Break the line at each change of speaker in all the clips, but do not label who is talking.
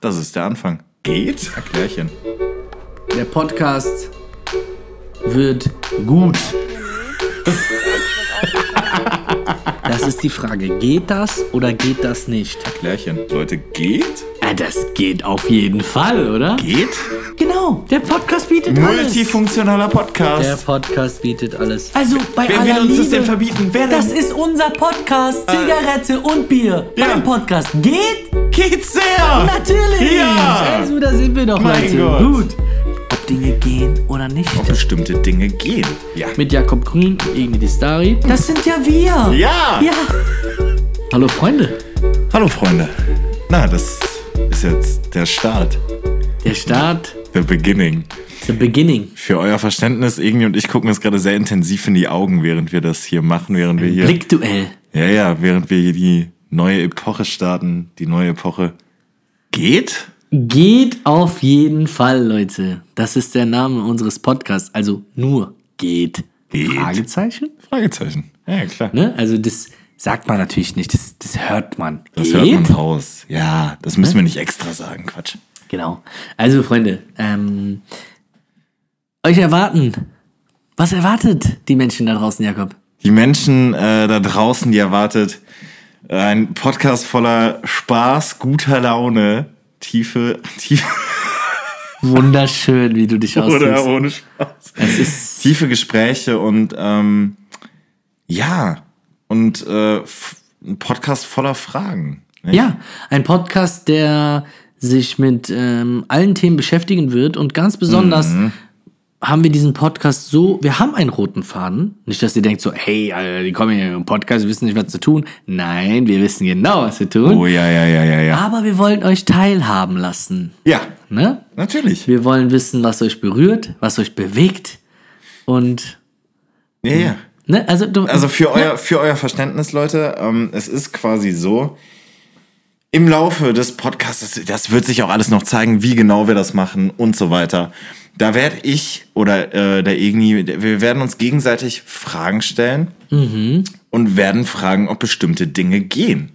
Das ist der Anfang.
Geht?
Erklärchen.
Der Podcast wird gut. Das ist die Frage. Geht das oder geht das nicht?
Erklärchen. Leute, geht?
Ah, das geht auf jeden Fall, oder?
Geht?
Genau. Der Podcast bietet alles.
Multifunktionaler
Der
Podcast.
Podcast bietet alles. Also bei
Wer will
aller
uns das
Liebe,
denn verbieten? Wer
Das
denn?
ist unser Podcast. Zigarette und Bier.
Äh. Ja.
Beim Podcast geht
Geht's sehr!
natürlich.
Ja.
Also da sind wir doch
Mein
Leute.
Gott.
Gut. Ob Dinge gehen oder nicht.
Bestimmte Dinge gehen. Ja.
Mit Jakob Grün und Igni Distari. Das sind ja wir.
Ja!
Ja. Hallo Freunde.
Hallo, Freunde. Na, das ist jetzt der Start.
Der Start,
The Beginning.
the beginning.
Für euer Verständnis, Irgendwie und ich gucken uns gerade sehr intensiv in die Augen, während wir das hier machen, während wir hier.
Blickduell.
Ja, ja, während wir hier die neue Epoche starten. Die neue Epoche geht?
Geht auf jeden Fall, Leute. Das ist der Name unseres Podcasts. Also nur geht.
Geht.
Fragezeichen?
Fragezeichen. Ja, klar.
Ne? Also das sagt man natürlich nicht. Das, das hört man.
Das
geht?
hört man raus. Ja, das müssen wir nicht extra sagen. Quatsch.
Genau. Also Freunde, ähm, euch erwarten. Was erwartet die Menschen da draußen, Jakob?
Die Menschen äh, da draußen, die erwartet äh, ein Podcast voller Spaß, guter Laune, tiefe, tiefe
Wunderschön, wie du dich
oder
ausdrückst.
ohne Spaß.
Es ist
Tiefe Gespräche und ähm, ja, und äh, f- ein Podcast voller Fragen. ne?
Ja, ein Podcast, der sich mit ähm, allen Themen beschäftigen wird und ganz besonders
Mhm.
haben wir diesen Podcast so, wir haben einen roten Faden. Nicht, dass ihr denkt so, hey, Alter, die kommen hier im Podcast, wir wissen nicht, was zu tun. Nein, wir wissen genau, was wir tun.
Oh ja, ja, ja, ja, ja.
Aber wir wollen euch teilhaben lassen.
Ja,
Ne?
natürlich.
Wir wollen wissen, was euch berührt, was euch bewegt und
Ja, ja.
ne, also du,
Also für euer, für euer Verständnis, Leute, ähm, es ist quasi so, im Laufe des Podcasts, das wird sich auch alles noch zeigen, wie genau wir das machen und so weiter. Da werde ich oder äh, der Igni, wir werden uns gegenseitig Fragen stellen
Mhm.
und werden fragen, ob bestimmte Dinge gehen.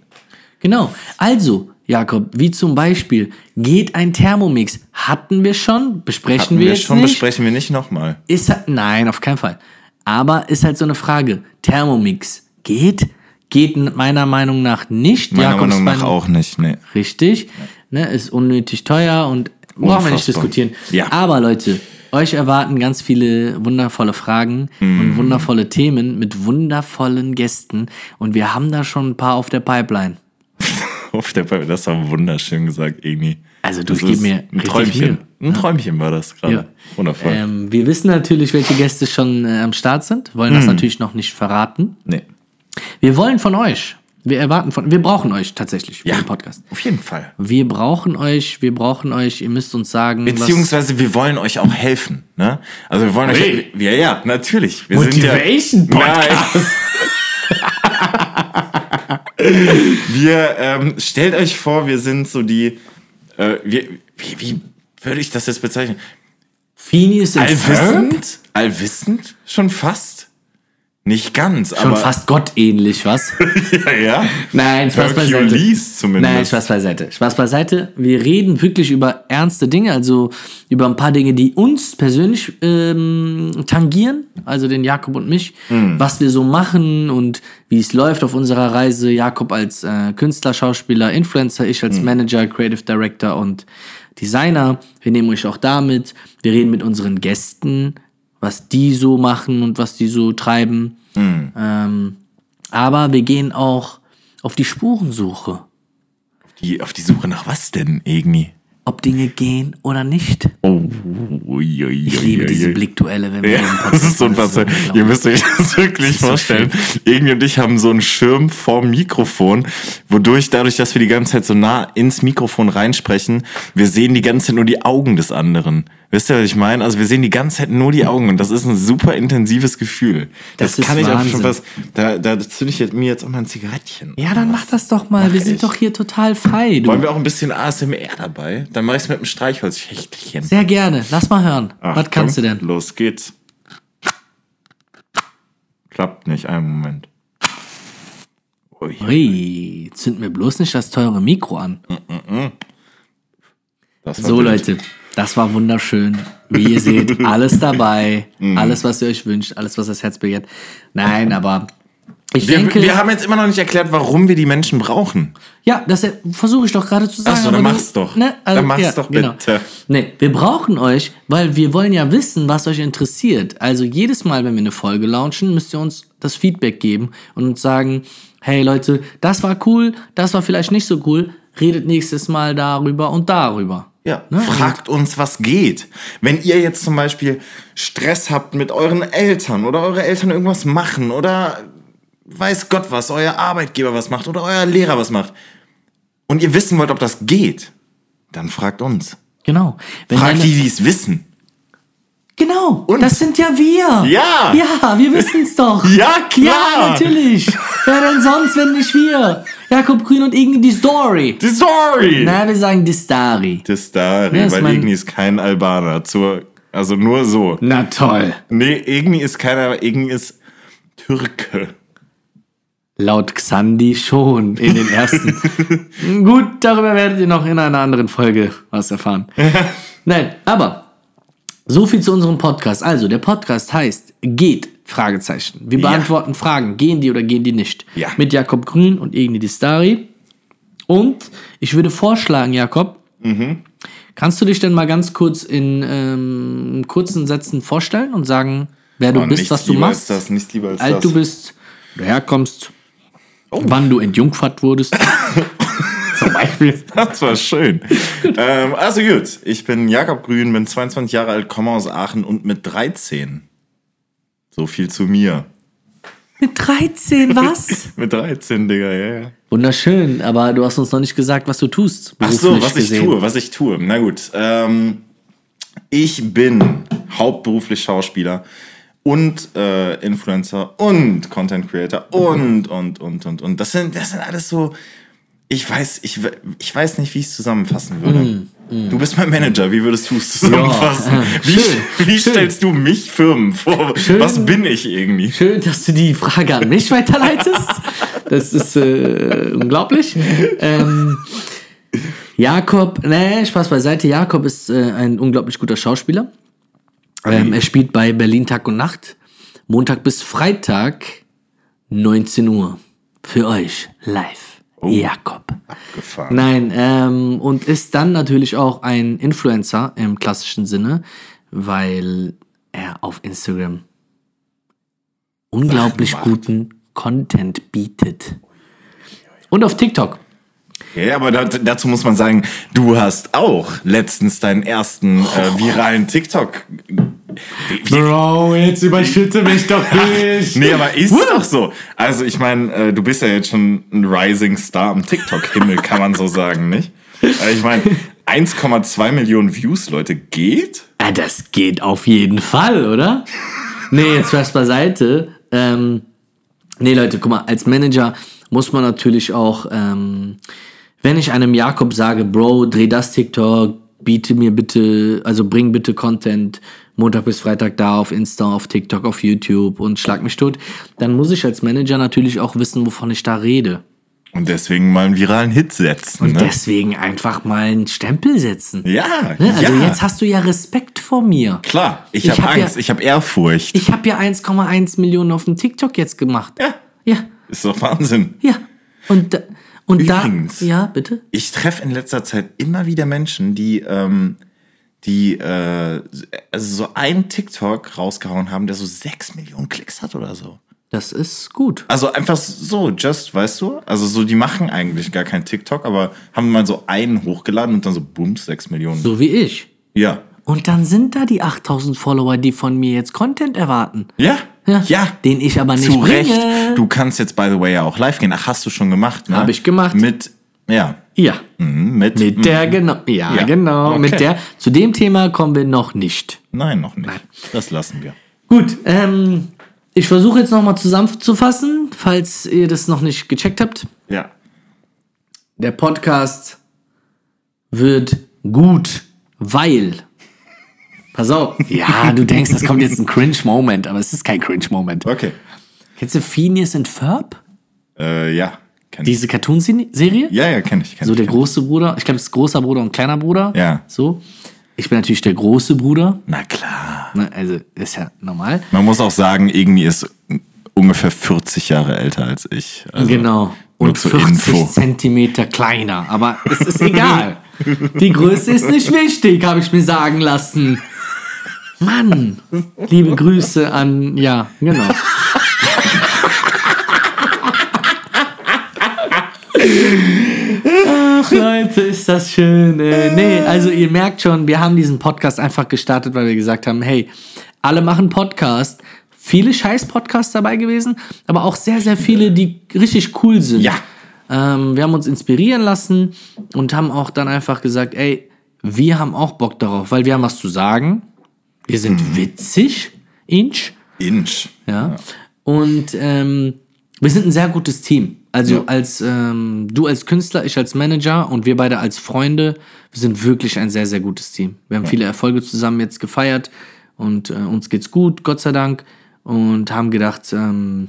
Genau. Also, Jakob, wie zum Beispiel, geht ein Thermomix? Hatten wir schon, besprechen
Hatten
wir,
wir
jetzt
schon,
nicht.
besprechen wir nicht nochmal.
Ist halt, nein, auf keinen Fall. Aber ist halt so eine Frage. Thermomix geht? Geht n- meiner Meinung nach nicht.
Meiner
Jakobs
Meinung nach
Meinung-
auch nicht, nee.
Richtig. Ne, ist unnötig teuer und brauchen wir nicht
Unfassbar.
diskutieren.
Ja.
Aber Leute, euch erwarten ganz viele wundervolle Fragen
Mhm.
und wundervolle Themen mit wundervollen Gästen. Und wir haben da schon ein paar auf der Pipeline.
Auf der Papier, das war wunderschön gesagt, Igni.
Also du,
Das
ich geb
ist
mir
ein
richtig
Träumchen.
Mühe.
Ein Träumchen war das gerade.
Ja.
Wundervoll.
Ähm, wir wissen natürlich, welche Gäste schon äh, am Start sind, wollen
Hm.
das natürlich noch nicht verraten.
nee.
Wir wollen von euch. Wir erwarten von, wir brauchen euch tatsächlich für den Podcast.
Auf jeden Fall.
Wir brauchen euch, wir brauchen euch, ihr müsst uns sagen, was,
Beziehungsweise wir wollen euch auch helfen, ne? Also wir wollen
Hey.
euch, ja, ja, natürlich. Wir
Motivation
sind ja, Nein. wir ähm, stellt euch vor, wir sind so die, äh, wir, wie, wie würde ich das jetzt bezeichnen?
Phineas and
Also-
Ferb?
Allwissend? Allwissend? Schon fast? Nicht ganz,
Schon
aber
fast gottähnlich, was?
ja, ja.
Nein, Spaß beiseite.
Hercules zumindest.
Nein, Spaß beiseite. Spaß beiseite. Wir reden wirklich über ernste Dinge, also über ein paar Dinge, die uns persönlich ähm, tangieren, also den Jakob und mich,
Hm.
was wir so machen und wie es läuft auf unserer Reise. Jakob als äh, Künstler, Schauspieler, Influencer, ich als Manager, Creative Director und Designer. Wir nehmen euch auch damit. Wir reden mit unseren Gästen, was die so machen und was die so treiben.
Hm.
Ähm, aber wir gehen auch auf die Spurensuche,
Die, auf die Suche nach was denn, Egni?
ob Dinge gehen oder nicht.
Oh, ui, ui,
Ich
ui,
liebe
ui,
diese
ui.
Blickduelle, wenn wir
Ja,
im Podcast
das ist so
sind. Genau.
unfassbar.
unglaublich.
Ihr müsst euch das wirklich
so
vorstellen. Irgendwie und ich haben so einen Schirm vorm Mikrofon, wodurch, dadurch, dass wir die ganze Zeit so nah ins Mikrofon reinsprechen, wir sehen die ganze Zeit nur die Augen des anderen. Wisst ihr, was ich meine? Also wir sehen die ganze Zeit nur die Augen und das ist ein super intensives Gefühl.
Das
Das,
ist
kann ich auch
Wahnsinn.
schon was. Da, da zünde ich jetzt- mir jetzt auch mal ein Zigarettchen.
Ja, dann mach das doch mal. wir
ich.
sind doch hier total frei, du.
Wollen wir auch ein bisschen ASMR dabei? Dann mache ich es mit einem Streichholzschächtelchen.
Sehr gerne. Lass mal hören. Was kannst du
Achtung,
denn?
Los geht's. Klappt nicht, einen Moment. Ui.
Ui, zünd mir bloß nicht das teure Mikro an.
Das war
So,
wild.
Leute, das war wunderschön. Wie ihr seht, alles dabei.
Mhm.
Alles, was ihr euch wünscht, alles, was das Herz begehrt. Nein, aber ich
Wir,
denke.
wir haben jetzt immer noch nicht erklärt, warum wir die Menschen brauchen.
Ja, das versuche ich doch gerade zu sagen.
Ach so, dann
aber du-
mach's doch.
Ne? Also,
Dann mach's
ja,
doch
genau.
bitte.
Nee, wir brauchen euch, weil wir wollen ja wissen, was euch interessiert. Also jedes Mal, wenn wir eine Folge launchen, müsst ihr uns das Feedback geben und uns sagen, hey Leute, das war cool, das war vielleicht nicht so cool, redet nächstes Mal darüber und darüber.
Ja,
Ne?
fragt uns, was geht. Wenn ihr jetzt zum Beispiel Stress habt mit euren Eltern oder eure Eltern irgendwas machen oder weiß Gott was, euer Arbeitgeber was macht oder euer Lehrer was macht und ihr wissen wollt, ob das geht, dann fragt uns.
Genau. Wenn
Fragt
deine-
die, die es wissen.
Genau, das sind ja wir.
Ja.
Ja, wir wissen's doch.
Ja, klar.
Ja, natürlich. Wer denn sonst, wenn nicht wir? Jakob Grün und Igni die Story.
Die Story.
Na, wir sagen die Stari.
Die Story,
Wer Ne? ist
weil
mein-
Igni ist kein Albaner. Zur, also nur so.
Na toll.
Nee, Igni ist kein Albaner, Igni ist Türke.
Laut Xandi schon in den ersten. Gut, darüber werdet ihr noch in einer anderen Folge was erfahren. Nein, aber so viel zu unserem Podcast. Also, der Podcast heißt Geht? Fragezeichen. Wir
Ja.
beantworten Fragen. Gehen die oder gehen die nicht?
Ja.
Mit Jakob Grün und Egni Distari. Und ich würde vorschlagen, Jakob,
Mhm.
kannst du dich denn mal ganz kurz in ähm, kurzen Sätzen vorstellen und sagen, wer du
Und
bist,
nichts
was du
lieber
machst?
Als das, nichts lieber als
alt
das. Oh.
du bist, wo du herkommst, wann du entjungfert wurdest. Zum Beispiel.
Das war schön. ähm, also gut, ich bin Jakob Grün, bin 22 Jahre alt, komme aus Aachen und mit 13. So viel zu mir.
Mit 13, was?
Mit 13, Digga, ja, ja.
Wunderschön, aber du hast uns noch nicht gesagt, was du tust.
Ach so,
beruflich
was ich
gesehen.
tue, was ich tue. Na gut, ähm, ich bin hauptberuflich Schauspieler und äh, Influencer und Content Creator
Mhm.
und, und, und, und, und. Das sind, das sind alles so, ich weiß, ich, we- ich weiß nicht, wie ich es zusammenfassen würde.
Mhm,
Du bist mein Manager, wie würdest du es zusammenfassen? wie
schön,
wie
schön.
stellst du mich Firmen vor? Was bin ich irgendwie?
Schön, dass du die Frage an mich weiterleitest. Das ist äh, unglaublich. Ähm, Jakob, nee, Spaß beiseite. Jakob ist äh, ein unglaublich guter Schauspieler. Ähm, er spielt bei Berlin Tag und Nacht, Montag bis Freitag, 19 Uhr. Für euch live.
Oh.
Jakob.
Abgefahren.
Nein, ähm, und ist dann natürlich auch ein Influencer im klassischen Sinne, weil er auf Instagram unglaublich
macht.
guten Content bietet. Und auf TikTok.
Ja, aber dat- dazu muss man sagen, du hast auch letztens deinen ersten
Oh.
äh, viralen TikTok.
Bro, jetzt überschütte mich doch nicht.
Nee, aber ist doch so. Also ich meine, äh, du bist ja jetzt schon ein Rising Star am TikTok-Himmel, kann man so sagen, nicht? Äh, ich meine, 1,2 Millionen Views, Leute, geht?
Ah, das geht auf jeden Fall, oder? Nee, jetzt was beiseite. Ähm, nee, Leute, guck mal, als Manager muss man natürlich auch, ähm, wenn ich einem Jakob sage, Bro, dreh das TikTok, biete mir bitte, also bring bitte Content Montag bis Freitag da auf Insta, auf TikTok, auf YouTube und schlag mich tot, dann muss ich als Manager natürlich auch wissen, wovon ich da rede.
Und deswegen mal einen viralen Hit setzen, ne?
Deswegen einfach mal einen Stempel setzen.
Ja,
Ne? Also
ja.
jetzt hast du ja Respekt vor mir.
Klar, ich,
Ich
habe
hab ja-
Angst, ich habe Ehrfurcht.
Ich habe ja 1,1 Millionen auf dem TikTok jetzt gemacht.
ja,
Ja,
ist doch Wahnsinn.
ja. Und, da- und
Übrigens.
da. Ja, bitte?
ich treffe in letzter Zeit immer wieder Menschen, die, ähm, die äh, also so einen TikTok rausgehauen haben, der so 6 Millionen Klicks hat oder so.
Das ist gut.
Also einfach so, just, weißt du? Also so, die machen eigentlich gar keinen TikTok, aber haben mal so einen hochgeladen und dann so, bums, 6 Millionen.
So wie ich.
Ja.
Und dann sind da die 8000 Follower, die von mir jetzt Content erwarten.
Ja? Ja.
Den ich aber nicht
Zu
bringe.
Recht. Du kannst jetzt, by the way, ja auch live gehen. Ach, hast du schon gemacht, ne?
Hab ich gemacht.
Mit, ja.
Ja.
Mhm, Mit,
Mit der, genau. Ja,
Ja.
genau.
Okay.
Mit der. Zu dem Thema kommen wir noch nicht.
Nein, noch nicht. Das lassen wir.
Gut, ähm, ich versuche jetzt nochmal zusammenzufassen, falls ihr das noch nicht gecheckt habt.
Ja.
Der Podcast wird gut, weil. Pass auf. Ja, du denkst, das kommt jetzt ein Cringe-Moment, aber es ist kein Cringe-Moment.
Okay.
Kennst du Phineas and Ferb?
Äh, ja. Kenn ich.
Diese Cartoon-Serie?
Ja, ja, kenne ich. Kenn
So
ich,
der
kenn ich.
große Bruder. Ich glaube, es ist großer Bruder und kleiner Bruder.
Ja.
So. Ich bin natürlich der große Bruder.
Na klar.
Ne, Also ist ja normal.
Man muss auch sagen, Igni ist ungefähr 40 Jahre älter als ich. Also,
genau.
nur
Und
zur
40
Info.
Zentimeter kleiner. Aber es ist egal. Die Größe ist nicht wichtig, habe ich mir sagen lassen. Mann. Liebe Grüße an. Ja, genau. Ach, Leute, ist das schön. Ey. Nee, also ihr merkt schon, wir haben diesen Podcast einfach gestartet, weil wir gesagt haben, hey, alle machen Podcast. Viele scheiß Podcasts dabei gewesen, aber auch sehr, sehr viele, die richtig cool sind.
Ja.
Ähm, wir haben uns inspirieren lassen und haben auch dann einfach gesagt, ey, wir haben auch Bock darauf, weil wir haben was zu sagen. Wir sind witzig, Inch.
Inch.
Ja. Und ähm, wir sind ein sehr gutes Team. Also
Ja.
als ähm, du als Künstler, ich als Manager und wir beide als Freunde, wir sind wirklich ein sehr, sehr gutes Team. Wir haben viele Erfolge zusammen jetzt gefeiert und äh, uns geht's gut, Gott sei Dank. Und haben gedacht, ähm,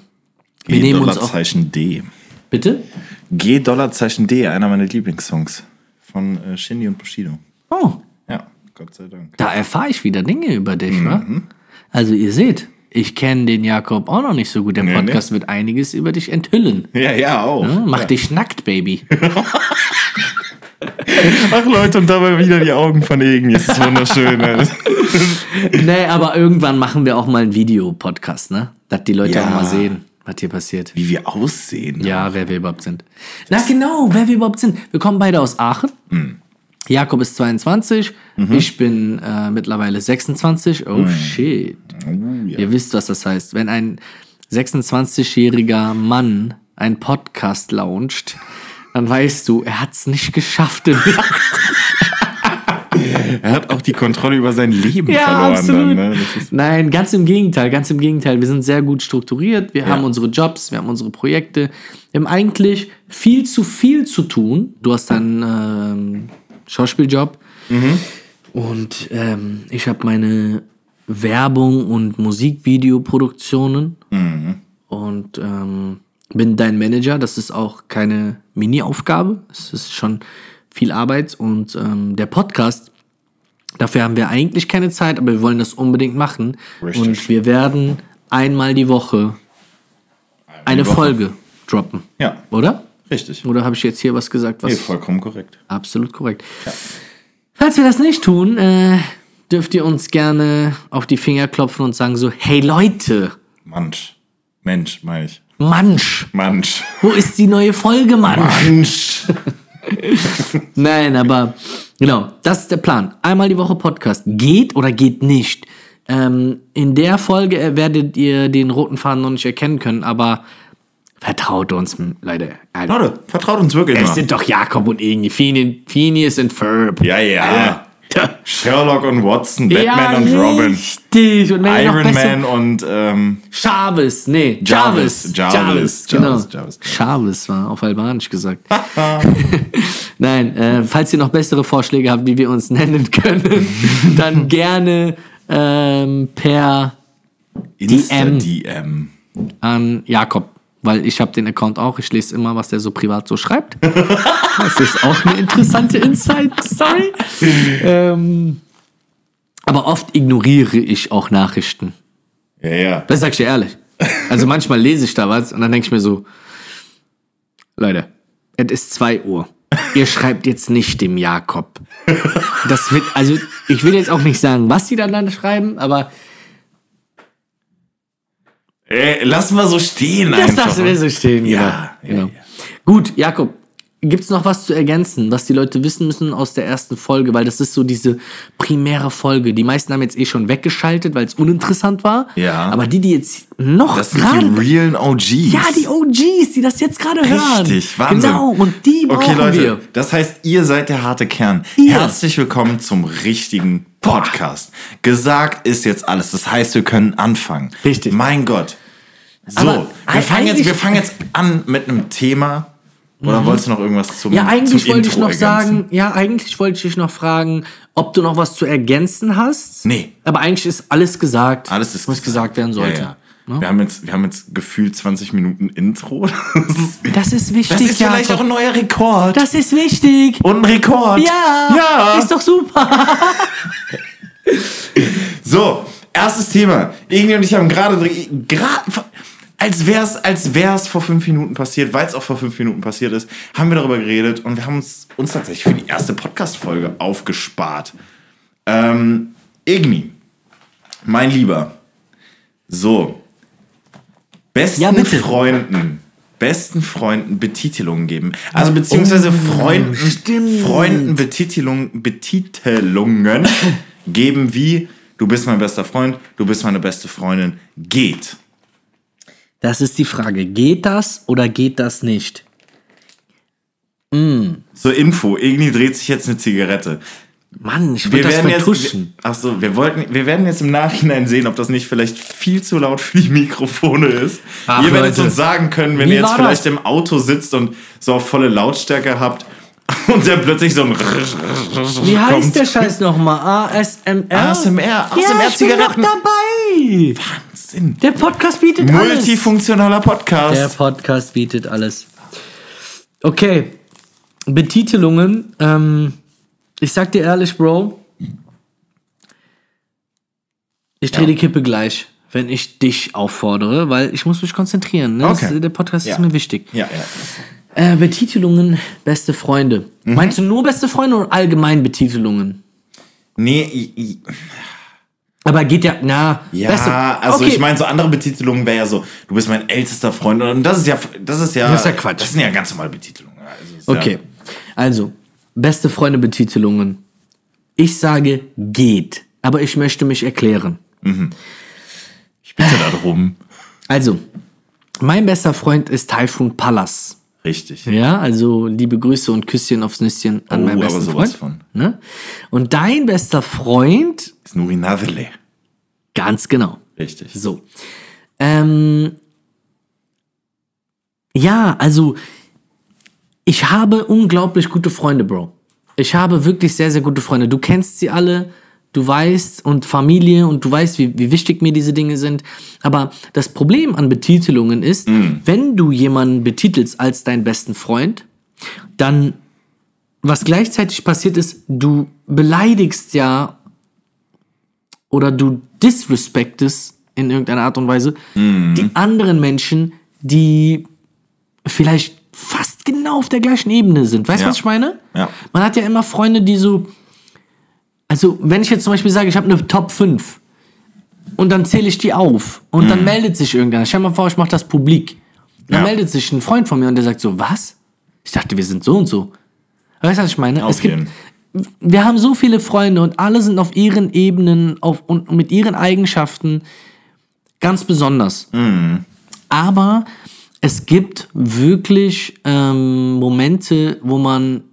wir nehmen uns auch.
G-Dollarzeichen D.
Bitte?
G-Dollarzeichen D, einer meiner Lieblingssongs. Von äh, Shindy und Bushido.
Oh,
Ja, Gott sei Dank.
da erfahre ich wieder Dinge über dich, wa?
Mhm.
Also ihr seht, ich kenne den Jakob auch noch nicht so gut. Der
nee.
Podcast wird einiges über dich enthüllen.
Ja, ja, auch.
Hm, Mach dich nackt, Baby.
Ach Leute, und dabei wieder die Augen von Egen. Das ist wunderschön. Alter.
Nee, aber irgendwann machen wir auch mal einen Videopodcast, ne? Dass die Leute
Ja.
auch mal sehen, was hier passiert.
Wie wir aussehen.
Ja, wer wir überhaupt sind. Na genau, wer wir überhaupt sind. Wir kommen beide aus Aachen. Jakob ist 22, ich bin äh, mittlerweile 26. Oh shit. Ihr wisst, was das heißt. Wenn ein 26-jähriger Mann einen Podcast launcht, dann weißt du, er hat's nicht geschafft im Leben.
Er hat auch die Kontrolle über sein Leben
Ja,
verloren.
absolut.
Dann, ne? das ist,
Nein, ganz im Gegenteil, ganz im Gegenteil. Wir sind sehr gut strukturiert, wir haben unsere Jobs, wir haben unsere Projekte, wir haben eigentlich viel zu viel zu tun. Du hast deinen ähm, Schauspieljob
Mhm.
und ähm, ich habe meine Werbung und Musikvideoproduktionen und ähm, bin dein Manager. Das ist auch keine Mini-Aufgabe, es ist schon viel Arbeit und ähm, der Podcast Dafür haben wir eigentlich keine Zeit, aber wir wollen das unbedingt machen.
Richtig.
Und wir werden einmal die Woche eine
Woche.
Folge droppen.
ja,
Oder?
richtig.
Oder habe ich jetzt hier was gesagt, was
Nee, vollkommen korrekt.
absolut korrekt. Falls wir das nicht tun, äh, dürft ihr uns gerne auf die Finger klopfen und sagen so, hey Leute,
Mensch. Mensch, meine ich.
Mansch,
Mensch.
wo ist die neue Folge, Mann?
Mensch.
Nein, aber genau, das ist der Plan. Einmal die Woche Podcast. Geht oder geht nicht? Ähm, in der Folge äh, werdet ihr den roten Faden noch nicht erkennen können, aber vertraut uns, m- Leute. Also,
Leute, vertraut uns wirklich
es
mal.
sind doch Jakob und Igni. Phineas- Phineas und Ferb.
Ja, ja. Sherlock und Watson, Batman und Robin.
Richtig. Und wenn ihr noch
Iron
besser
Man und ähm,
Chavez, nee, Jarvis.
Jarvis, Jarvis,
genau.
Jarvis, Jarvis.
Chavez war auf Albanisch gesagt. Nein, äh, falls ihr noch bessere Vorschläge habt, wie wir uns nennen können, dann gerne ähm, per DM.
Insta-DM.
an Jakob. Weil ich habe den Account auch, ich lese immer, was der so privat so schreibt. das ist auch eine interessante Insight-Story. ähm, aber oft ignoriere ich auch Nachrichten.
Ja, ja.
Das sag ich dir ehrlich. Also manchmal lese ich da was und dann denke ich mir so, Leute, es ist 2 Uhr. Ihr schreibt jetzt nicht dem Jakob. Das wird, also ich will jetzt auch nicht sagen, was sie dann, dann schreiben, aber
Ey, Äh, lass mal so stehen
das
einfach.
darfst du mir so stehen.
Ja, ja,
genau. Gut, Jakob, gibt's noch was zu ergänzen, was die Leute wissen müssen aus der ersten Folge? Weil das ist so diese primäre Folge. Die meisten haben jetzt eh schon weggeschaltet, weil es uninteressant war.
Ja.
Aber die, die jetzt noch
Das sind die realen OGs.
Ja, die OGs, die das jetzt gerade hören.
Richtig, Wahnsinn.
Genau, und die brauchen
Okay, Leute,
wir.
das heißt, ihr seid der harte Kern.
Ihr.
Herzlich willkommen zum richtigen Podcast. Gesagt ist jetzt alles. Das heißt, wir können anfangen.
Richtig.
Mein Gott. So,
Aber
wir,
ei-
fangen jetzt,
eigentlich- Mhm.
wir fangen jetzt an mit einem Thema. Oder wolltest du noch irgendwas zum
Ja, eigentlich
zum
wollte ich
Intro
noch
ergänzen?
sagen, ja, eigentlich wollte ich dich noch fragen, ob du noch was zu ergänzen hast.
Nee.
Aber eigentlich ist alles gesagt,
Alles ist
was gesagt werden sollte. ne?
Ja, ja. Wir haben jetzt, wir haben jetzt gefühlt 20 Minuten Intro. Das ist,
Das ist wichtig,
das ist vielleicht auch
Jakob.
ein neuer Rekord.
Das ist wichtig.
Und ein Rekord.
Ja,
Ja.
ist doch super.
So, erstes Thema. Irgendwie und ich haben gerade, gerade, als wär's, als wär's vor fünf Minuten passiert, weil es auch vor fünf Minuten passiert ist, haben wir darüber geredet und wir haben uns, uns tatsächlich für die erste Podcast-Folge aufgespart. Ähm, Igni, mein Lieber. So. Besten
Ja, bitte.
Freunden. Besten Freunden Betitelungen geben. Also beziehungsweise
Oh.
Freunden,
stimmt.
Freunden Betitelung, Betitelungen geben wie du bist mein bester Freund, du bist meine beste Freundin. Geht.
Das ist die Frage. Geht das oder geht das nicht?
So Info, Igni dreht sich jetzt eine Zigarette.
Mann, ich
Wir
würde das
werden jetzt
vertuschen.
Ach so, wir wollten wir werden jetzt im Nachhinein sehen, ob das nicht vielleicht viel zu laut für die Mikrofone ist.
Ach,
ihr werdet es
Leute.
uns sagen können, wenn
Wie
ihr jetzt
war
vielleicht
das?
im Auto sitzt und so auf volle Lautstärke habt und dann plötzlich so ein
Wie heißt der Scheiß nochmal? ASMR?
ASMR,
Ja, ich bin noch
ASMR-Zigaretten.
dabei.
Sinn.
Der Podcast bietet alles.
Multifunktionaler
Der
Podcast.
Podcast bietet alles. Okay. Betitelungen. Ähm, ich sag dir ehrlich, Bro. Ich drehe die Kippe gleich, wenn ich dich auffordere, weil ich muss mich konzentrieren. Ne?
Okay.
Das, der Podcast
Ja.
ist mir wichtig.
Ja, ja.
Äh, Betitelungen, beste Freunde.
Mhm.
Meinst du nur beste Freunde oder allgemein Betitelungen?
Nee, i- i-
Aber geht ja, na,
ja,
beste,
also
okay.
ich meine, so andere Betitelungen wäre ja so, du bist mein ältester Freund. Und das ist ja, das ist ja,
Das ist ja Quatsch.
Das sind ja ganz normale Betitelungen. Also, ist
Okay. Also, beste Freunde-Betitelungen. Ich sage geht, aber ich möchte mich erklären.
Ich bitte darum.
Also, mein bester Freund ist Taifun Palas.
Richtig.
Ja, also liebe Grüße und Küsschen aufs Nüsschen an
Oh,
meinen
aber
besten
sowas
Freund.
von.
Ne? Und dein bester Freund,
Ist Nuri Navele.
ganz genau.
Richtig.
So. Ähm, ja, also ich habe unglaublich gute Freunde, Bro. Ich habe wirklich sehr, sehr gute Freunde. Du kennst sie alle, du weißt und Familie und du weißt, wie, wie wichtig mir diese Dinge sind. Aber das Problem an Betitelungen ist, wenn du jemanden betitelst als deinen besten Freund, dann, was gleichzeitig passiert ist, du beleidigst ja oder du disrespectest in irgendeiner Art und Weise
Mhm.
die anderen Menschen, die vielleicht fast genau auf der gleichen Ebene sind. Weißt du,
Ja.
was ich meine?
Ja.
Man hat ja immer Freunde, die so. Also, wenn ich jetzt zum Beispiel sage, ich habe eine Top 5 und dann zähle ich die auf und dann meldet sich irgendeiner. Stell dir mal vor, ich mache das publik. Dann
Mhm. Ja.
meldet sich ein Freund von mir und der sagt so: Was? Ich dachte, wir sind so und so. Weißt du, was ich meine?
Auf
es gibt,
jeden.
wir haben so viele Freunde und alle sind auf ihren Ebenen auf, und mit ihren Eigenschaften ganz besonders.
Mhm.
Aber es gibt wirklich ähm, Momente, wo man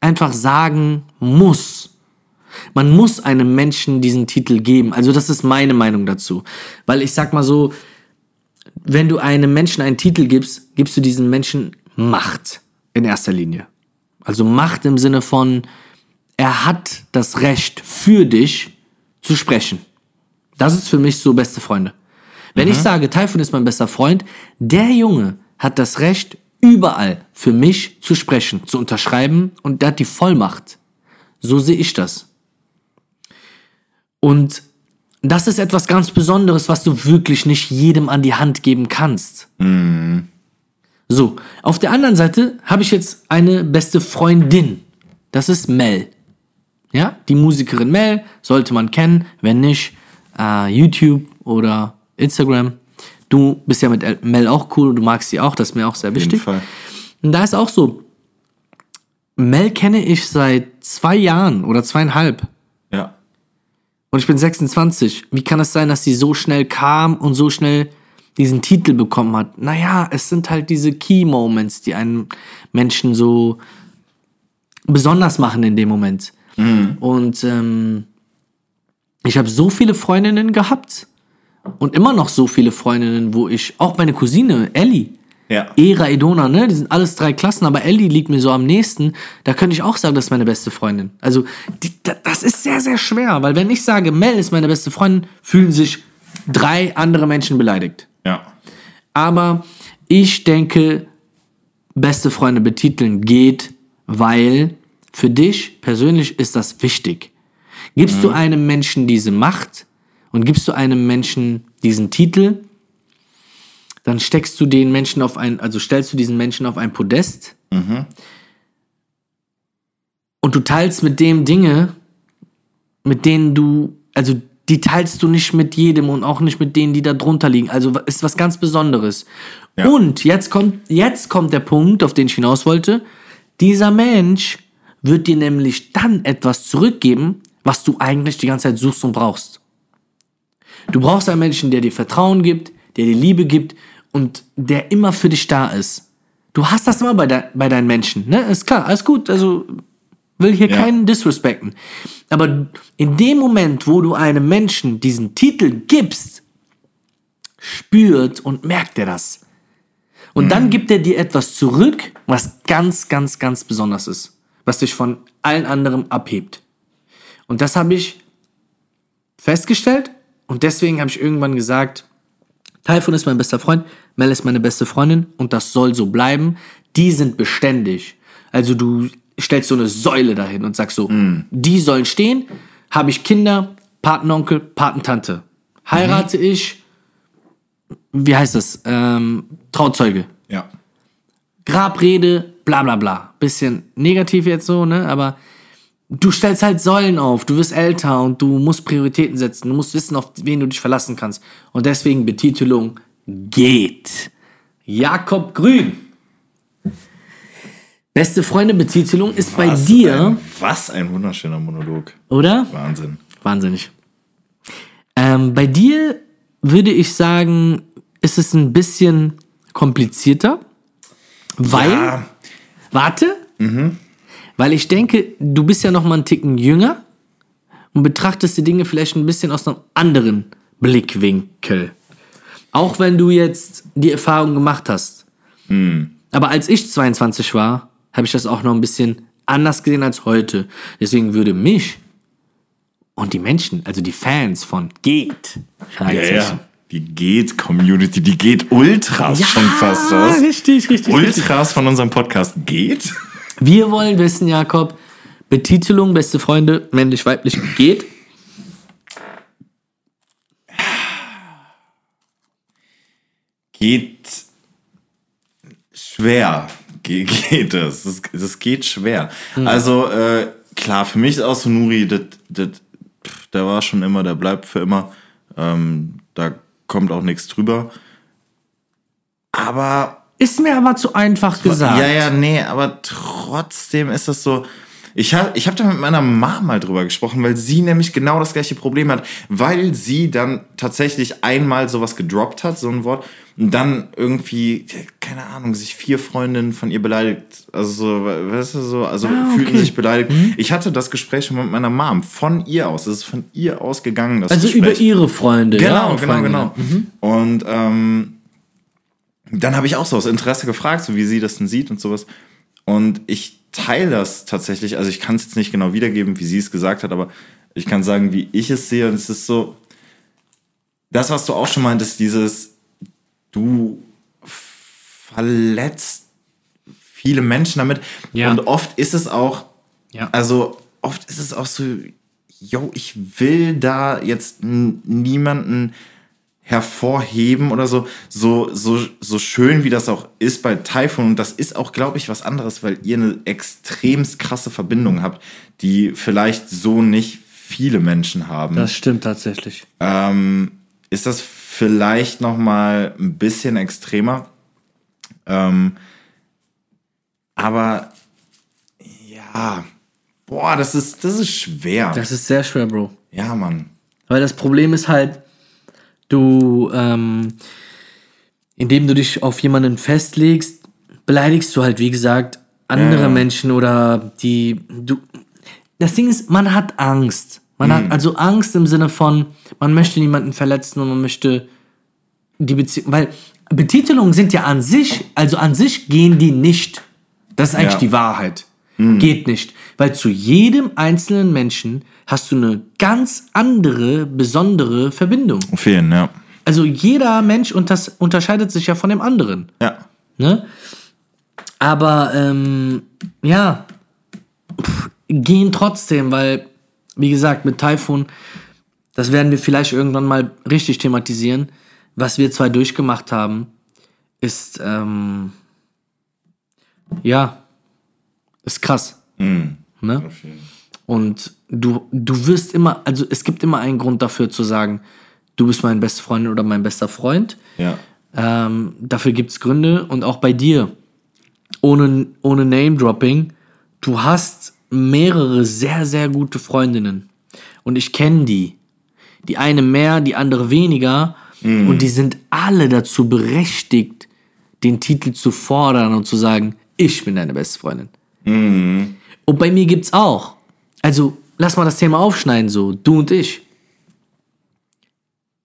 einfach sagen muss, man muss einem Menschen diesen Titel geben. Also das ist meine Meinung dazu. Weil ich sag mal so, wenn du einem Menschen einen Titel gibst, gibst du diesem Menschen Macht in erster Linie. Also Macht im Sinne von, er hat das Recht für dich zu sprechen. Das ist für mich so beste Freunde. Wenn ich sage, Taifun ist mein bester Freund, der Junge hat das Recht, überall für mich zu sprechen, zu unterschreiben und der hat die Vollmacht. So sehe ich das. Und das ist etwas ganz Besonderes, was du wirklich nicht jedem an die Hand geben kannst.
Mhm.
So, auf der anderen Seite habe ich jetzt eine beste Freundin. Das ist Mel. Ja, die Musikerin Mel sollte man kennen. Wenn nicht, äh, YouTube oder Instagram. Du bist ja mit El- Mel auch cool, du magst sie auch, das ist mir auch sehr
Auf
wichtig.
jeden Fall.
Und da ist auch so, Mel kenne ich seit zwei Jahren oder zweieinhalb.
Ja.
Und ich bin 26. Wie kann es sein, dass sie so schnell kam und so schnell diesen Titel bekommen hat? Naja, es sind halt diese Key Moments, die einen Menschen so besonders machen in dem Moment. Und ähm, ich habe so viele Freundinnen gehabt und immer noch so viele Freundinnen, wo ich, auch meine Cousine Ellie,
Ja.
Era, Edona, ne? Die sind alles drei Klassen, aber Ellie liegt mir so am nächsten. Da könnte ich auch sagen, das ist meine beste Freundin. Also, die, da- das ist sehr, sehr schwer, weil wenn ich sage, Mel ist meine beste Freundin, fühlen sich drei andere Menschen beleidigt.
Ja.
Aber ich denke, beste Freunde betiteln geht, weil für dich persönlich ist das wichtig. Gibst du einem Menschen diese Macht und gibst du einem Menschen diesen Titel, dann steckst du den Menschen auf ein, also stellst du diesen Menschen auf ein Podest und du teilst mit dem Dinge, mit denen du, also die teilst du nicht mit jedem und auch nicht mit denen, die da drunter liegen. Also ist was ganz Besonderes.
Ja.
Und jetzt kommt, jetzt kommt der Punkt, auf den ich hinaus wollte. Dieser Mensch wird dir nämlich dann etwas zurückgeben, was du eigentlich die ganze Zeit suchst und brauchst. Du brauchst einen Menschen, der dir Vertrauen gibt, der dir Liebe gibt und der immer für dich da ist. Du hast das immer bei, de bei deinen Menschen, ne? Ist klar, alles gut. Also will hier
Ja.
keinen disrespekten. Aber in dem Moment, wo du einem Menschen diesen Titel gibst, spürt und merkt er das. Und dann gibt er dir etwas zurück, was ganz, ganz, ganz besonders ist, was dich von allen anderen abhebt. Und das habe ich festgestellt und deswegen habe ich irgendwann gesagt, Taifun ist mein bester Freund, Mel ist meine beste Freundin und das soll so bleiben. Die sind beständig. Also du stellst so eine Säule dahin und sagst so, die sollen stehen, habe ich Kinder, Patenonkel, Patentante. Heirate ich, wie heißt das, ähm, Trauzeuge.
Ja.
Grabrede, bla bla bla. Bisschen negativ jetzt so, ne? Aber du stellst halt Säulen auf, du wirst älter und du musst Prioritäten setzen, du musst wissen, auf wen du dich verlassen kannst. Und deswegen Betitelung geht. Jakob Grün. Beste Freunde Betitelung ist bei
Was
dir,
Ein, was ein wunderschöner Monolog.
oder?
Wahnsinn.
Wahnsinnig. Ähm, bei dir würde ich sagen, ist es ein bisschen komplizierter, weil
Ja.
Warte. Weil ich denke, du bist ja noch mal einen Ticken jünger und betrachtest die Dinge vielleicht ein bisschen aus einem anderen Blickwinkel. Auch wenn du jetzt die Erfahrung gemacht hast. Aber als ich 22 war, habe ich das auch noch ein bisschen anders gesehen als heute. Deswegen würde mich und die Menschen, also die Fans von Geht,
Ja, ja. Die geht Community, die geht Ultras schon fast aus.
Ah, Richtig, richtig.
Ultras von unserem Podcast geht?
Wir wollen wissen, Jakob, Betitelung, beste Freunde, männlich, weiblich, geht.
Geht schwer. Ge geht es. Das, das geht schwer. Also, äh, klar, für mich ist auch so Nuri, das- das- pff, der war schon immer, der bleibt für immer. Ähm, da kommt auch nichts drüber. Aber
Ist mir aber zu einfach gesagt.
Ja, ja, nee, aber trotzdem ist das so. Ich habe ich hab da mit meiner Mama mal drüber gesprochen, weil sie nämlich genau das gleiche Problem hat, weil sie dann tatsächlich einmal sowas gedroppt hat, so ein Wort, und dann irgendwie, ja, keine Ahnung, sich vier Freundinnen von ihr beleidigt. Also, so, we- weißt du, so, also fühlten
Ah, okay. Hm?
sich beleidigt. Ich hatte das Gespräch schon mal mit meiner Mom, von ihr aus. Es ist von ihr ausgegangen, das
Also
Gespräch.
über ihre Freunde. ja,
Genau,
und
genau,
Freunde.
genau.
Mhm.
Und ähm, dann habe ich auch so aus Interesse gefragt, so wie sie das denn sieht und sowas. Und ich teile das tatsächlich, also ich kann es jetzt nicht genau wiedergeben, wie sie es gesagt hat, aber ich kann sagen, wie ich es sehe. Und es ist so, das, was du auch schon meintest, dieses, du verletzt viele Menschen damit.
Ja.
Und oft ist es auch,
Ja.
also oft ist es auch so, yo, ich will da jetzt n- niemanden hervorheben oder so, so, so, so schön wie das auch ist bei Typhoon. Und das ist auch, glaube ich, was anderes, weil ihr eine extremst krasse Verbindung habt, die vielleicht so nicht viele Menschen haben
Das stimmt tatsächlich.
ähm, ist das vielleicht noch mal ein bisschen extremer. Ähm, aber ja, boah, das ist das ist schwer.
Das ist sehr schwer, Bro.
ja, Mann.
Weil das Problem ist halt, du, ähm, indem du dich auf jemanden festlegst, beleidigst du halt, wie gesagt, andere Menschen oder die, du, das Ding ist, man hat Angst. Man hat also Angst im Sinne von, man möchte niemanden verletzen und man möchte die Beziehung, weil Betitelungen sind ja an sich, also an sich gehen die nicht. Das ist eigentlich
Ja.
die Wahrheit.
Geht nicht. Weil zu jedem einzelnen Menschen hast du eine ganz andere, besondere Verbindung.
Fehlen, ja.
Also jeder Mensch unters- unterscheidet sich ja von dem anderen.
Ja.
Ne? Aber ähm, ja, pff, gehen trotzdem, weil, wie gesagt, mit Taifun, das werden wir vielleicht irgendwann mal richtig thematisieren. Was wir zwei durchgemacht haben, ist, ähm, ja, ist krass. Ne? Und du, du wirst immer, also es gibt immer einen Grund dafür zu sagen, du bist mein beste Freundin oder mein bester Freund.
Ja.
Ähm, dafür gibt es Gründe und auch bei dir, ohne, ohne Name-Dropping, du hast mehrere sehr, sehr gute Freundinnen. Und ich kenne die. Die eine mehr, die andere weniger. Und die sind alle dazu berechtigt, den Titel zu fordern und zu sagen, ich bin deine beste Freundin. Und bei mir gibt's auch. Also, lass mal das Thema aufschneiden, so, du und ich.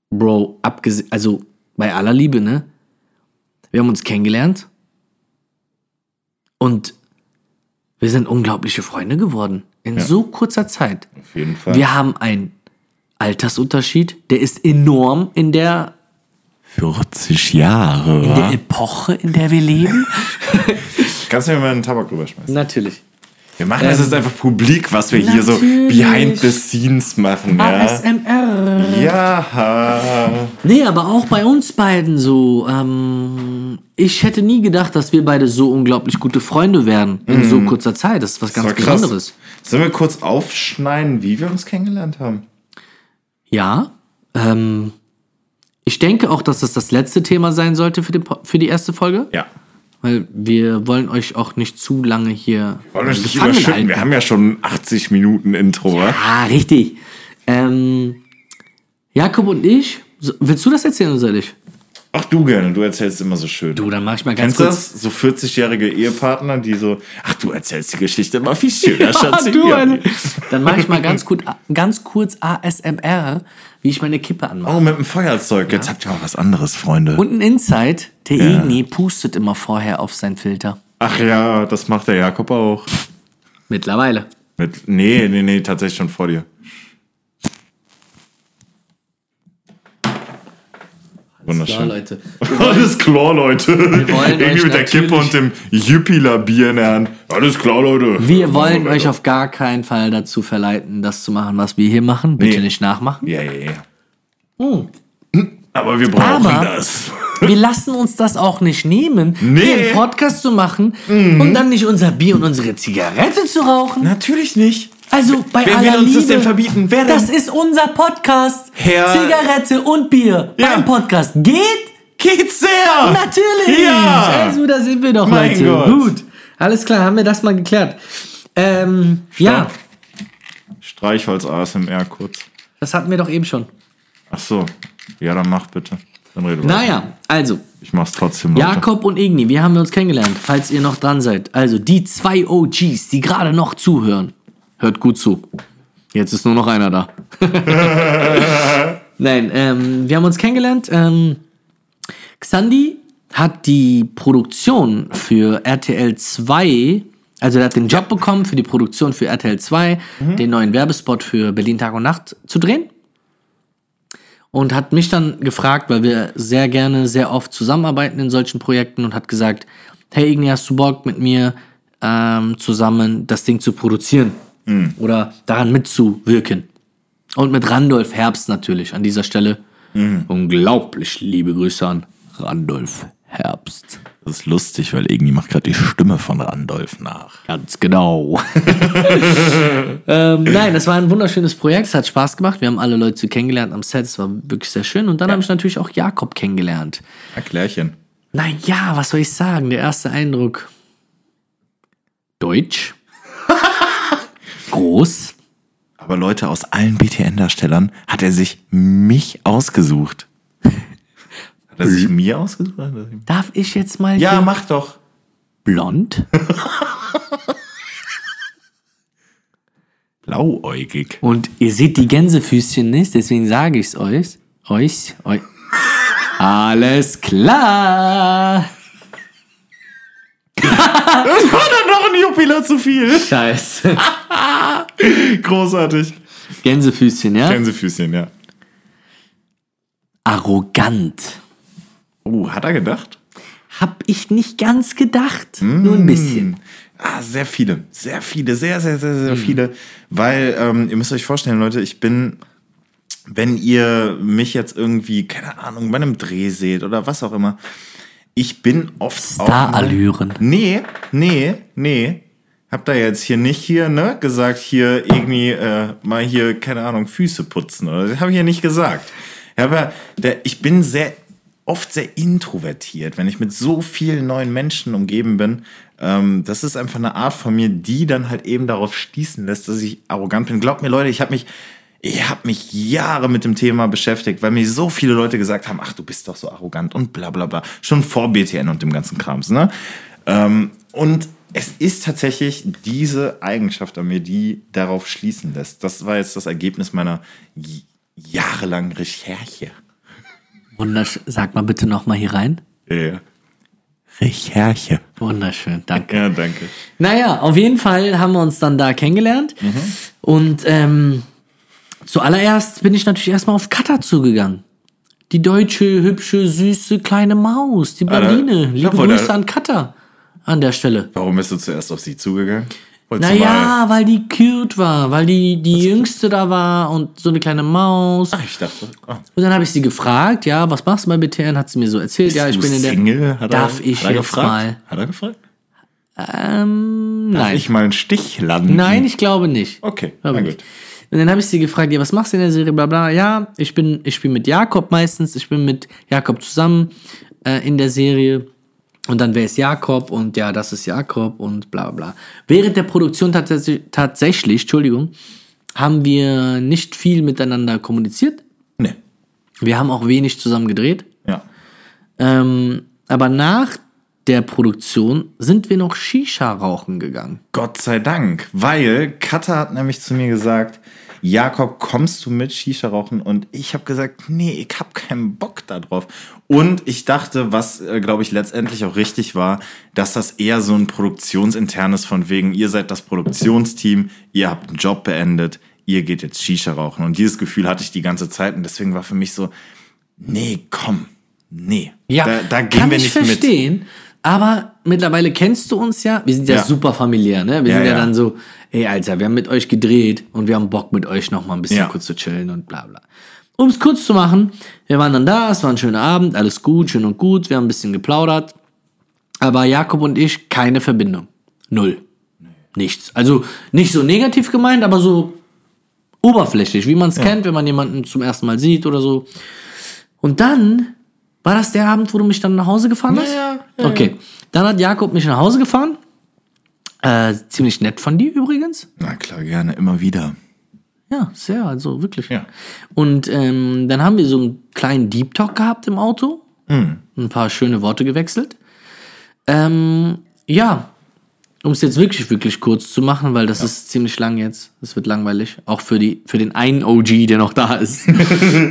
Bro, abgesehen, also bei aller Liebe, ne? Wir haben uns kennengelernt und wir sind unglaubliche Freunde geworden. In so kurzer Zeit.
Auf jeden Fall.
Wir haben einen Altersunterschied, der ist enorm in der,
40 Jahre.
in der
wa?
Epoche, in der wir leben.
Kannst du mir mal einen Tabak rüberschmeißen?
Natürlich.
Wir machen das jetzt einfach publik, was wir hier so
natürlich.
behind the scenes machen. Ja.
ASMR.
ja.
Nee, aber auch bei uns beiden so. Ähm, ich hätte nie gedacht, dass wir beide so unglaublich gute Freunde werden in so kurzer Zeit. Das ist was
Mhm. Das
ganz
war krass.
Besonderes.
Sollen wir kurz aufschneiden, wie wir uns kennengelernt haben?
Ja. Ähm, ich denke auch, dass das das letzte Thema sein sollte für, den, Po- für die erste Folge.
Ja.
Weil wir wollen euch auch nicht zu lange hier.
Wollen wir uns nicht
gefangen
überschütten? Wir
halten.
haben ja schon 80 Minuten Intro, wa?
Ah, richtig. Ähm, Jakob und ich. so- Willst du das erzählen oder soll ich?
Ach du gerne, du erzählst immer so schön.
Du, dann mach ich mal ganz
Kennst du
kurz.
das? So 40-jährige Ehepartner, die so, ach du erzählst die Geschichte immer viel schöner, Schatz.
Ah,
wie
du,
wir.
Alter. Dann mache ich mal ganz, gut, ganz kurz ASMR, wie ich meine Kippe anmache.
Oh, mit dem Feuerzeug. Jetzt habt ihr mal was anderes, Freunde.
Und ein Insight, der Igni pustet immer vorher auf seinen Filter.
Ach ja, das macht der Jakob auch.
Mittlerweile.
Mit, nee, nee, nee, tatsächlich schon vor dir.
Ja,
Wunderschön.
Leute.
Alles klar, Leute.
wollen
Irgendwie
euch
mit der Kippe und
natürlich-
dem Jupiler-Bier in der Hand. Alles klar, Leute.
Wir wollen euch auf gar keinen Fall dazu verleiten, das zu machen, was wir hier machen. Bitte
Nee.
nicht nachmachen.
Ja, ja, ja. Aber wir brauchen
Oh. Aber-
das.
Wir lassen uns das auch nicht nehmen,
Nee. Mhm.
hier einen Podcast zu machen und dann nicht unser Bier und unsere Zigarette zu rauchen.
Natürlich nicht.
Also bei
Wer will
aller
uns
Liebe,
das denn verbieten? Wer denn?
Das ist unser Podcast.
Herr-
Zigarette und Bier.
Ja.
Mein Podcast geht
Geht's sehr!
natürlich.
Ja!
Also da sind wir doch
Mein
Leute.
Gott.
Gut, alles klar, haben wir das mal geklärt. Ähm, ja,
Streichholz ASMR kurz.
das hatten wir doch eben schon.
Ach so. Ja, dann mach bitte. Dann rede weiter.
Naja, also
Ich mach's trotzdem Leute.
Jakob und Igni, wir haben uns kennengelernt, falls ihr noch dran seid. Also die zwei OGs, die gerade noch zuhören, hört gut zu. Jetzt ist nur noch einer da. Nein, ähm, wir haben uns kennengelernt. Ähm, Xandi hat die Produktion für RTL 2, also er hat den Job bekommen für die Produktion für RTL 2, den neuen Werbespot für Berlin Tag und Nacht zu drehen und hat mich dann gefragt, weil wir sehr gerne, sehr oft zusammenarbeiten in solchen Projekten und hat gesagt, hey Igni, hast du Bock mit mir ähm, zusammen das Ding zu produzieren oder daran mitzuwirken? Und mit Randolph Herbst natürlich an dieser Stelle. Unglaublich liebe Grüße an Randolph Herbst.
Das ist lustig, weil irgendwie macht gerade die Stimme von Randolph nach.
Ganz genau. ähm, nein, das war ein wunderschönes Projekt. Es hat Spaß gemacht. Wir haben alle Leute kennengelernt am Set. Es war wirklich sehr schön. Und dann habe ich natürlich auch Jakob kennengelernt.
Erklärchen.
Naja, Ah, was soll ich sagen? Der erste Eindruck. Deutsch. Groß.
Aber Leute, aus allen BTN-Darstellern hat er sich mich ausgesucht. Hat er sich mir ausgesucht? Hat er sich-
Darf ich jetzt mal
Ja,
hier-
mach doch.
blond
Blauäugig.
und ihr seht die Gänsefüßchen nicht, deswegen sage ich es euch. Euch, euch. Alles klar.
Das war dann noch ein Jupiler zu viel.
Scheiße.
Großartig.
Gänsefüßchen, ja?
Gänsefüßchen, ja.
Arrogant.
Oh, hat er gedacht?
Hab ich nicht ganz gedacht. Nur ein bisschen.
Ah, sehr viele. Sehr viele, sehr, sehr, sehr, sehr viele. Weil, ähm, ihr müsst euch vorstellen, Leute, ich bin, wenn ihr mich jetzt irgendwie, keine Ahnung, bei einem Dreh seht oder was auch immer, ich bin oft auch mal-
Starallüren.
Nee, nee, nee. Hab da jetzt hier nicht hier, ne, gesagt, hier irgendwie äh, mal hier, keine Ahnung, Füße putzen oder das habe ich ja nicht gesagt. Ja, Aber der, ich bin sehr oft sehr introvertiert, wenn ich mit so vielen neuen Menschen umgeben bin. Ähm, das ist einfach eine Art von mir, die dann halt eben darauf schließen lässt, dass ich arrogant bin. Glaubt mir, Leute, ich habe mich ich habe mich Jahre mit dem Thema beschäftigt, weil mir so viele Leute gesagt haben, ach, du bist doch so arrogant und bla bla bla. Schon vor BTN und dem ganzen Krams, ne? Ähm, und es ist tatsächlich diese Eigenschaft an mir, die darauf schließen lässt. Das war jetzt das Ergebnis meiner j- jahrelangen Recherche.
Wunderschön. Sag mal bitte nochmal hier rein.
Ja. Recherche.
Wunderschön, danke.
Ja, danke.
Naja, auf jeden Fall haben wir uns dann da kennengelernt.
Mhm.
Und ähm, zuallererst bin ich natürlich erstmal auf Katha zugegangen. Die deutsche, hübsche, süße, kleine Maus, die
Alter,
Berline.
ich
Liebe
hab wohl da-
Grüße an Katha an der Stelle.
Warum bist du zuerst auf sie zugegangen? Wolltest du mal-
Naja, weil die cute war, weil die die Jüngste da war und so eine kleine Maus.
Ich dachte, oh,
Und dann habe ich sie gefragt, ja, was machst du bei BTN? Hat sie mir so erzählt, ja, ich
du
bin in der.
Single? Hat
darf
er,
ich
hat er
jetzt
gefragt?
mal?
Hat er gefragt?
Ähm,
Darf
nein.
ich mal einen Stich landen?
Nein, ich glaube nicht.
Okay,
Glaube
na
nicht.
gut.
Und dann habe ich sie gefragt, ja, was machst du in der Serie, bla bla. Ja, ich bin, ich spiele mit Jakob meistens, ich bin mit Jakob zusammen äh, in der Serie. Und dann, wer ist Jakob? Und ja, das ist Jakob und bla bla. Während der Produktion tatsächlich, tatsächlich, Entschuldigung, haben wir nicht viel miteinander kommuniziert.
Nee.
Wir haben auch wenig zusammen gedreht.
Ja.
Ähm, aber nach der Produktion sind wir noch Shisha rauchen gegangen.
Gott sei Dank, weil Katha hat nämlich zu mir gesagt, Jakob, kommst du mit Shisha rauchen? Und ich habe gesagt, nee, ich habe keinen Bock darauf. Und ich dachte, was, glaube ich, letztendlich auch richtig war, dass das eher so ein produktionsinternes von wegen, ihr seid das Produktionsteam, ihr habt einen Job beendet, ihr geht jetzt Shisha rauchen. Und dieses Gefühl hatte ich die ganze Zeit und deswegen war für mich so, nee, komm, nee,
Ja,
da, da gehen
kann
wir
ich
nicht mit.
verstehen. Aber mittlerweile kennst du uns ja. Wir sind ja,
Ja.
super familiär, ne? Wir
Ja,
sind ja,
ja.
dann so, ey, Alter, wir haben mit euch gedreht und wir haben Bock, mit euch noch mal ein bisschen
Ja.
kurz zu chillen und bla bla. Um es kurz zu machen, wir waren dann da, es war ein schöner Abend, alles gut, schön und gut, wir haben ein bisschen geplaudert. Aber Jakob und ich, keine Verbindung. Null. Nichts. Also nicht so negativ gemeint, aber so oberflächlich, wie man es kennt, wenn man jemanden zum ersten Mal sieht oder so. Und dann war das der Abend, wo du mich dann nach Hause gefahren hast?
ja,
okay. Dann hat Jakob mich nach Hause gefahren. Äh, ziemlich nett von dir übrigens.
Na klar, gerne, immer wieder.
Ja, sehr, also wirklich.
Ja.
Und ähm, dann haben wir so einen kleinen Deep Talk gehabt im Auto. Ein paar schöne Worte gewechselt. Ähm, ja, um es jetzt wirklich, wirklich kurz zu machen, weil das ist ziemlich lang jetzt. Das wird langweilig. Auch für, die, für den einen OG, der noch da ist.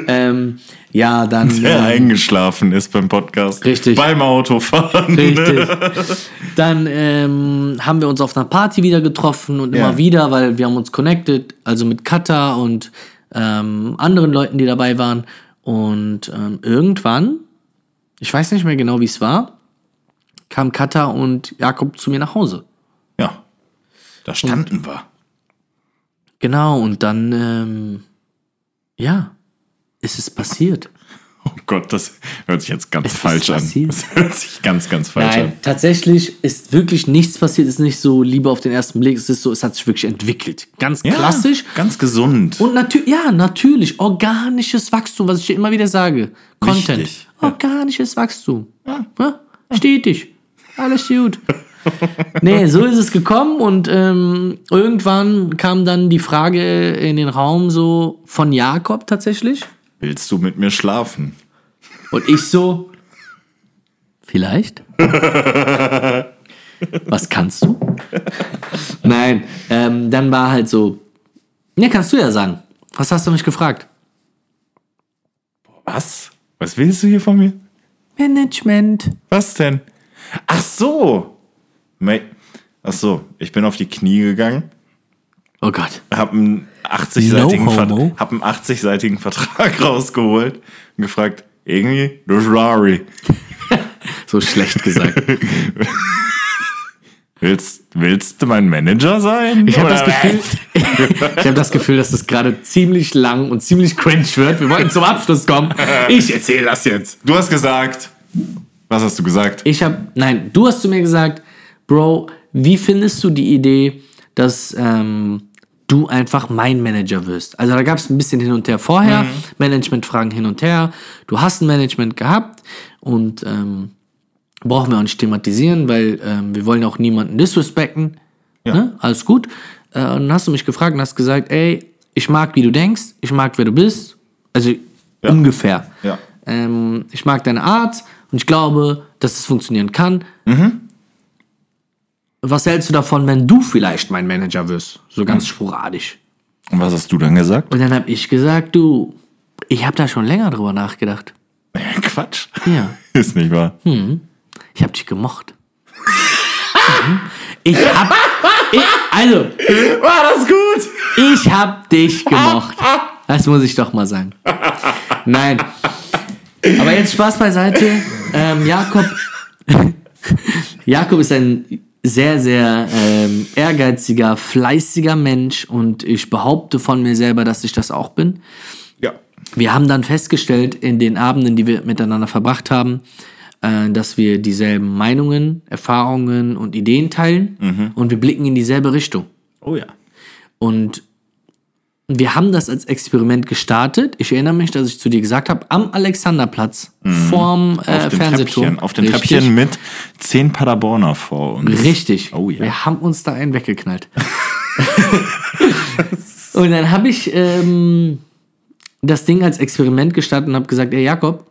ähm, ja, dann.
der
ähm,
eingeschlafen ist beim Podcast.
Richtig.
Beim Autofahren. ne?
Richtig. Dann ähm, haben wir uns auf einer Party wieder getroffen und
Ja.
immer wieder, weil wir haben uns connected, also mit Katha und ähm, anderen Leuten, die dabei waren. Und ähm, irgendwann, ich weiß nicht mehr genau, wie es war, kam Katha und Jakob zu mir nach Hause.
Ja. Da standen wir.
Genau, und dann, ähm, ja, ist es passiert.
Oh Gott, das hört sich jetzt ganz
ist
falsch an.
passiert.
Das hört sich ganz, ganz falsch
Nein,
an.
tatsächlich ist wirklich nichts passiert. Es ist nicht so Liebe auf den ersten Blick. Es ist so, es hat sich wirklich entwickelt. Ganz
Ja,
klassisch.
Ganz gesund.
Und natürlich, ja, natürlich, organisches Wachstum, was ich dir immer wieder sage. Content.
Wichtig,
Organisches Wachstum. Ja. Stetig. Alles gut. nee, so ist es gekommen und ähm, irgendwann kam dann die Frage in den Raum so von Jakob tatsächlich.
Willst du mit mir schlafen?
Und ich so, vielleicht? Was kannst du? Nein, ähm, dann war halt so, ne, kannst du ja sagen. Was hast du mich gefragt?
Was? Was willst du hier von mir?
Management.
Was denn? Ach so. Mate. Ach so, ich bin auf die Knie gegangen,
Oh Gott.
hab einen 80-seitigen
No
Vert-
homo.
hab einen 80-seitigen Vertrag rausgeholt und gefragt, irgendwie, du Ferrari,
So schlecht gesagt.
willst, willst du mein Manager sein?
Ich habe
Oder
das Gefühl, ich habe das Gefühl, dass das gerade ziemlich lang und ziemlich cringe wird. Wir wollten zum Abschluss kommen. Ich erzähle das jetzt.
Du hast gesagt, was hast du gesagt?
Ich habe, nein, du hast zu mir gesagt, Bro, wie findest du die Idee, dass ähm, du einfach mein Manager wirst? Also da gab es ein bisschen hin und her vorher, Managementfragen hin und her. Du hast ein Management gehabt und ähm, brauchen wir auch nicht thematisieren, weil ähm, wir wollen auch niemanden disrespekten. Ne? Alles gut. Äh, und dann hast du mich gefragt und hast gesagt, ey, ich mag, wie du denkst, ich mag, wer du bist. Also ungefähr.
Ja.
Ähm, ich mag deine Art und ich glaube, dass es funktionieren kann. Was hältst du davon, wenn du vielleicht mein Manager wirst?
Mhm.
So ganz sporadisch.
Und was hast du dann gesagt?
Und dann habe ich gesagt, du, ich habe da schon länger drüber nachgedacht.
Quatsch.
Ja. Hm.
Ist nicht wahr.
Ich hab dich gemocht. Mhm. ich hab. Ich, also,
War das gut?
ich hab dich gemocht. Das muss ich doch mal sagen. Nein. Aber jetzt Spaß beiseite. Ähm, Jakob. Jakob ist ein sehr, sehr ähm, ehrgeiziger, fleißiger Mensch und ich behaupte von mir selber, dass ich das auch bin.
Ja.
Wir haben dann festgestellt in den Abenden, die wir miteinander verbracht haben, äh, dass wir dieselben Meinungen, Erfahrungen und Ideen teilen und wir blicken in dieselbe Richtung.
Oh ja.
Und wir haben das als Experiment gestartet. Ich erinnere mich, dass ich zu dir gesagt habe, am Alexanderplatz, vorm
Mhm. Auf
äh,
dem
Fernsehturm.
Treppchen, auf dem
Richtig.
Treppchen mit zehn Paderborner vor uns.
Richtig.
Oh ja.
Wir haben uns da einen weggeknallt. und dann habe ich ähm, das Ding als Experiment gestartet und habe gesagt, ey Jakob,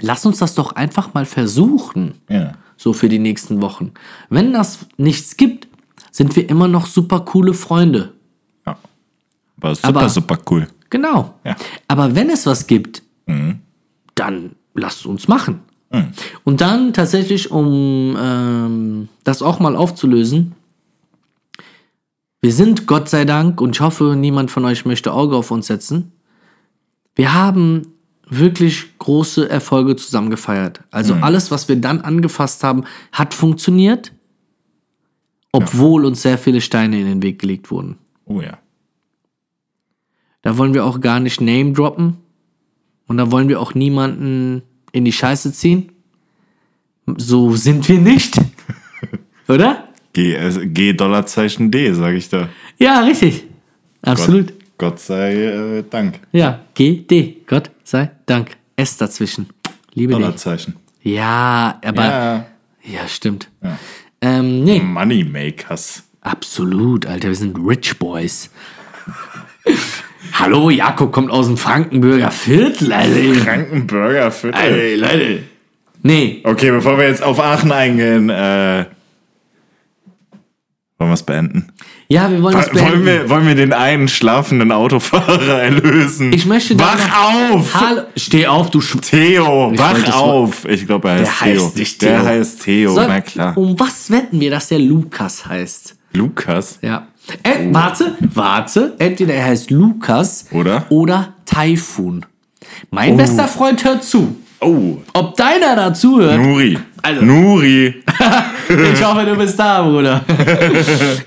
lass uns das doch einfach mal versuchen,
Ja.
so für die nächsten Wochen. Wenn das nichts gibt, sind wir immer noch super coole Freunde.
ja. War super,
Aber-
super cool.
Genau.
Ja. Mhm.
Aber wenn es was gibt, dann lasst uns machen. Und dann tatsächlich, um ähm, das auch mal aufzulösen, wir sind Gott sei Dank, und ich hoffe, niemand von euch möchte Auge auf uns setzen, wir haben wirklich große Erfolge zusammen gefeiert. Also
Mhm.
alles, was wir dann angefasst haben, hat funktioniert, obwohl uns sehr viele Steine in den Weg gelegt wurden.
Oh ja.
Da wollen wir auch gar nicht Name droppen. Und da wollen wir auch niemanden in die Scheiße ziehen. So sind wir nicht. Oder?
G, äh, G Dollarzeichen D, sag ich da.
Ja, richtig. Absolut.
Gott, Gott sei äh, Dank.
Ja, G, D. Gott sei Dank. S dazwischen. Liebe dich.
Dollarzeichen.
Ja, aber. Ja,
Ja. Mhm.
stimmt. Ähm, nee,
Moneymakers.
Absolut, Alter, wir sind Rich Boys. Hallo, Jakob kommt aus dem Frankenbürger Viertel, Alter.
Krankenburger für
Ey, Leute. Nee,
Okay, bevor wir jetzt auf Aachen eingehen, äh, wollen wir es beenden?
ja, wir wollen das
Wollen
beenden.
wir, wollen wir den einen schlafenden Autofahrer erlösen?
Ich möchte da
Wach auf!
Hallo, steh auf, du Sch
Theo,
wollte
wach
es-
auf! Ich glaube, er heißt
Der
Theo.
heißt nicht
Der
Theo.
heißt Theo, Oh, na klar.
Um was wetten wir, dass der Lukas heißt?
Lukas?
Ja. Äh, Warte, warte. Entweder er heißt Lukas
Oh. Oder?
oder Taifun. Mein bester Freund hört zu.
Oh,
Ob deiner dazu hört,
Nuri.
Also-
Nuri.
Ich hoffe, du bist da, Bruder.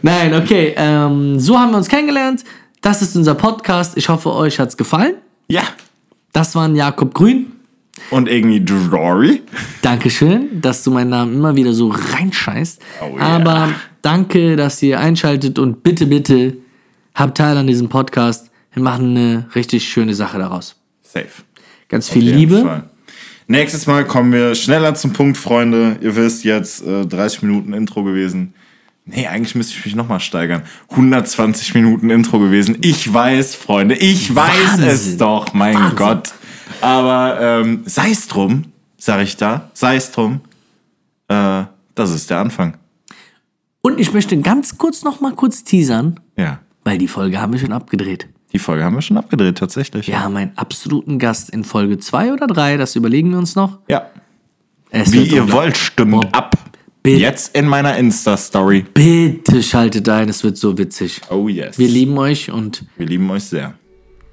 Nein, okay. Ähm, so haben wir uns kennengelernt. Das ist unser Podcast. Ich hoffe, euch hat's gefallen.
Ja.
Das waren Jakob Grün.
Und irgendwie Drury?
Dankeschön, dass du meinen Namen immer wieder so reinscheißt.
Oh ja.
Aber danke, dass ihr einschaltet und bitte, bitte habt teil an diesem Podcast. Wir machen eine richtig schöne Sache daraus.
Safe.
Ganz viel
Auf jeden
Liebe.
Fall. Nächstes Mal kommen wir schneller zum Punkt, Freunde. Ihr wisst jetzt, äh, 30 Minuten Intro gewesen. Nee, eigentlich müsste ich mich nochmal steigern. 120 Minuten Intro gewesen. Ich weiß, Freunde, ich weiß
Wahnsinn.
es doch, mein
Wahnsinn.
Gott. Aber ähm, sei es drum, sag ich da, sei es drum. Äh, das ist der Anfang.
Und ich möchte ganz kurz noch mal kurz teasern,
Ja,
weil die Folge haben wir schon abgedreht.
die Folge haben wir schon abgedreht, tatsächlich.
Wir haben einen absoluten Gast in Folge 2 oder 3, das überlegen wir uns noch.
ja.
Es
Wie
wird
ihr
unglaublich.
wollt, stimmt
Boah.
ab.
Bitte.
Jetzt in meiner Insta-Story.
Bitte schaltet ein, es wird so witzig.
Oh yes.
Wir lieben euch und
Wir lieben euch sehr.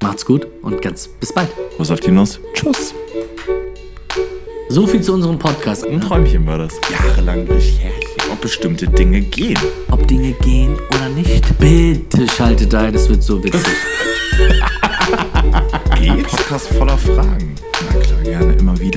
macht's gut und ganz bis bald.
Kuss auf die Nuss. Tschüss.
So viel zu unserem Podcast.
Ein Träumchen war das. Jahrelang recherchiert, ob bestimmte Dinge gehen.
Ob Dinge gehen oder nicht. Bitte schaltet ein, es wird so witzig.
Geht? Podcast voller Fragen. Na klar, gerne immer wieder.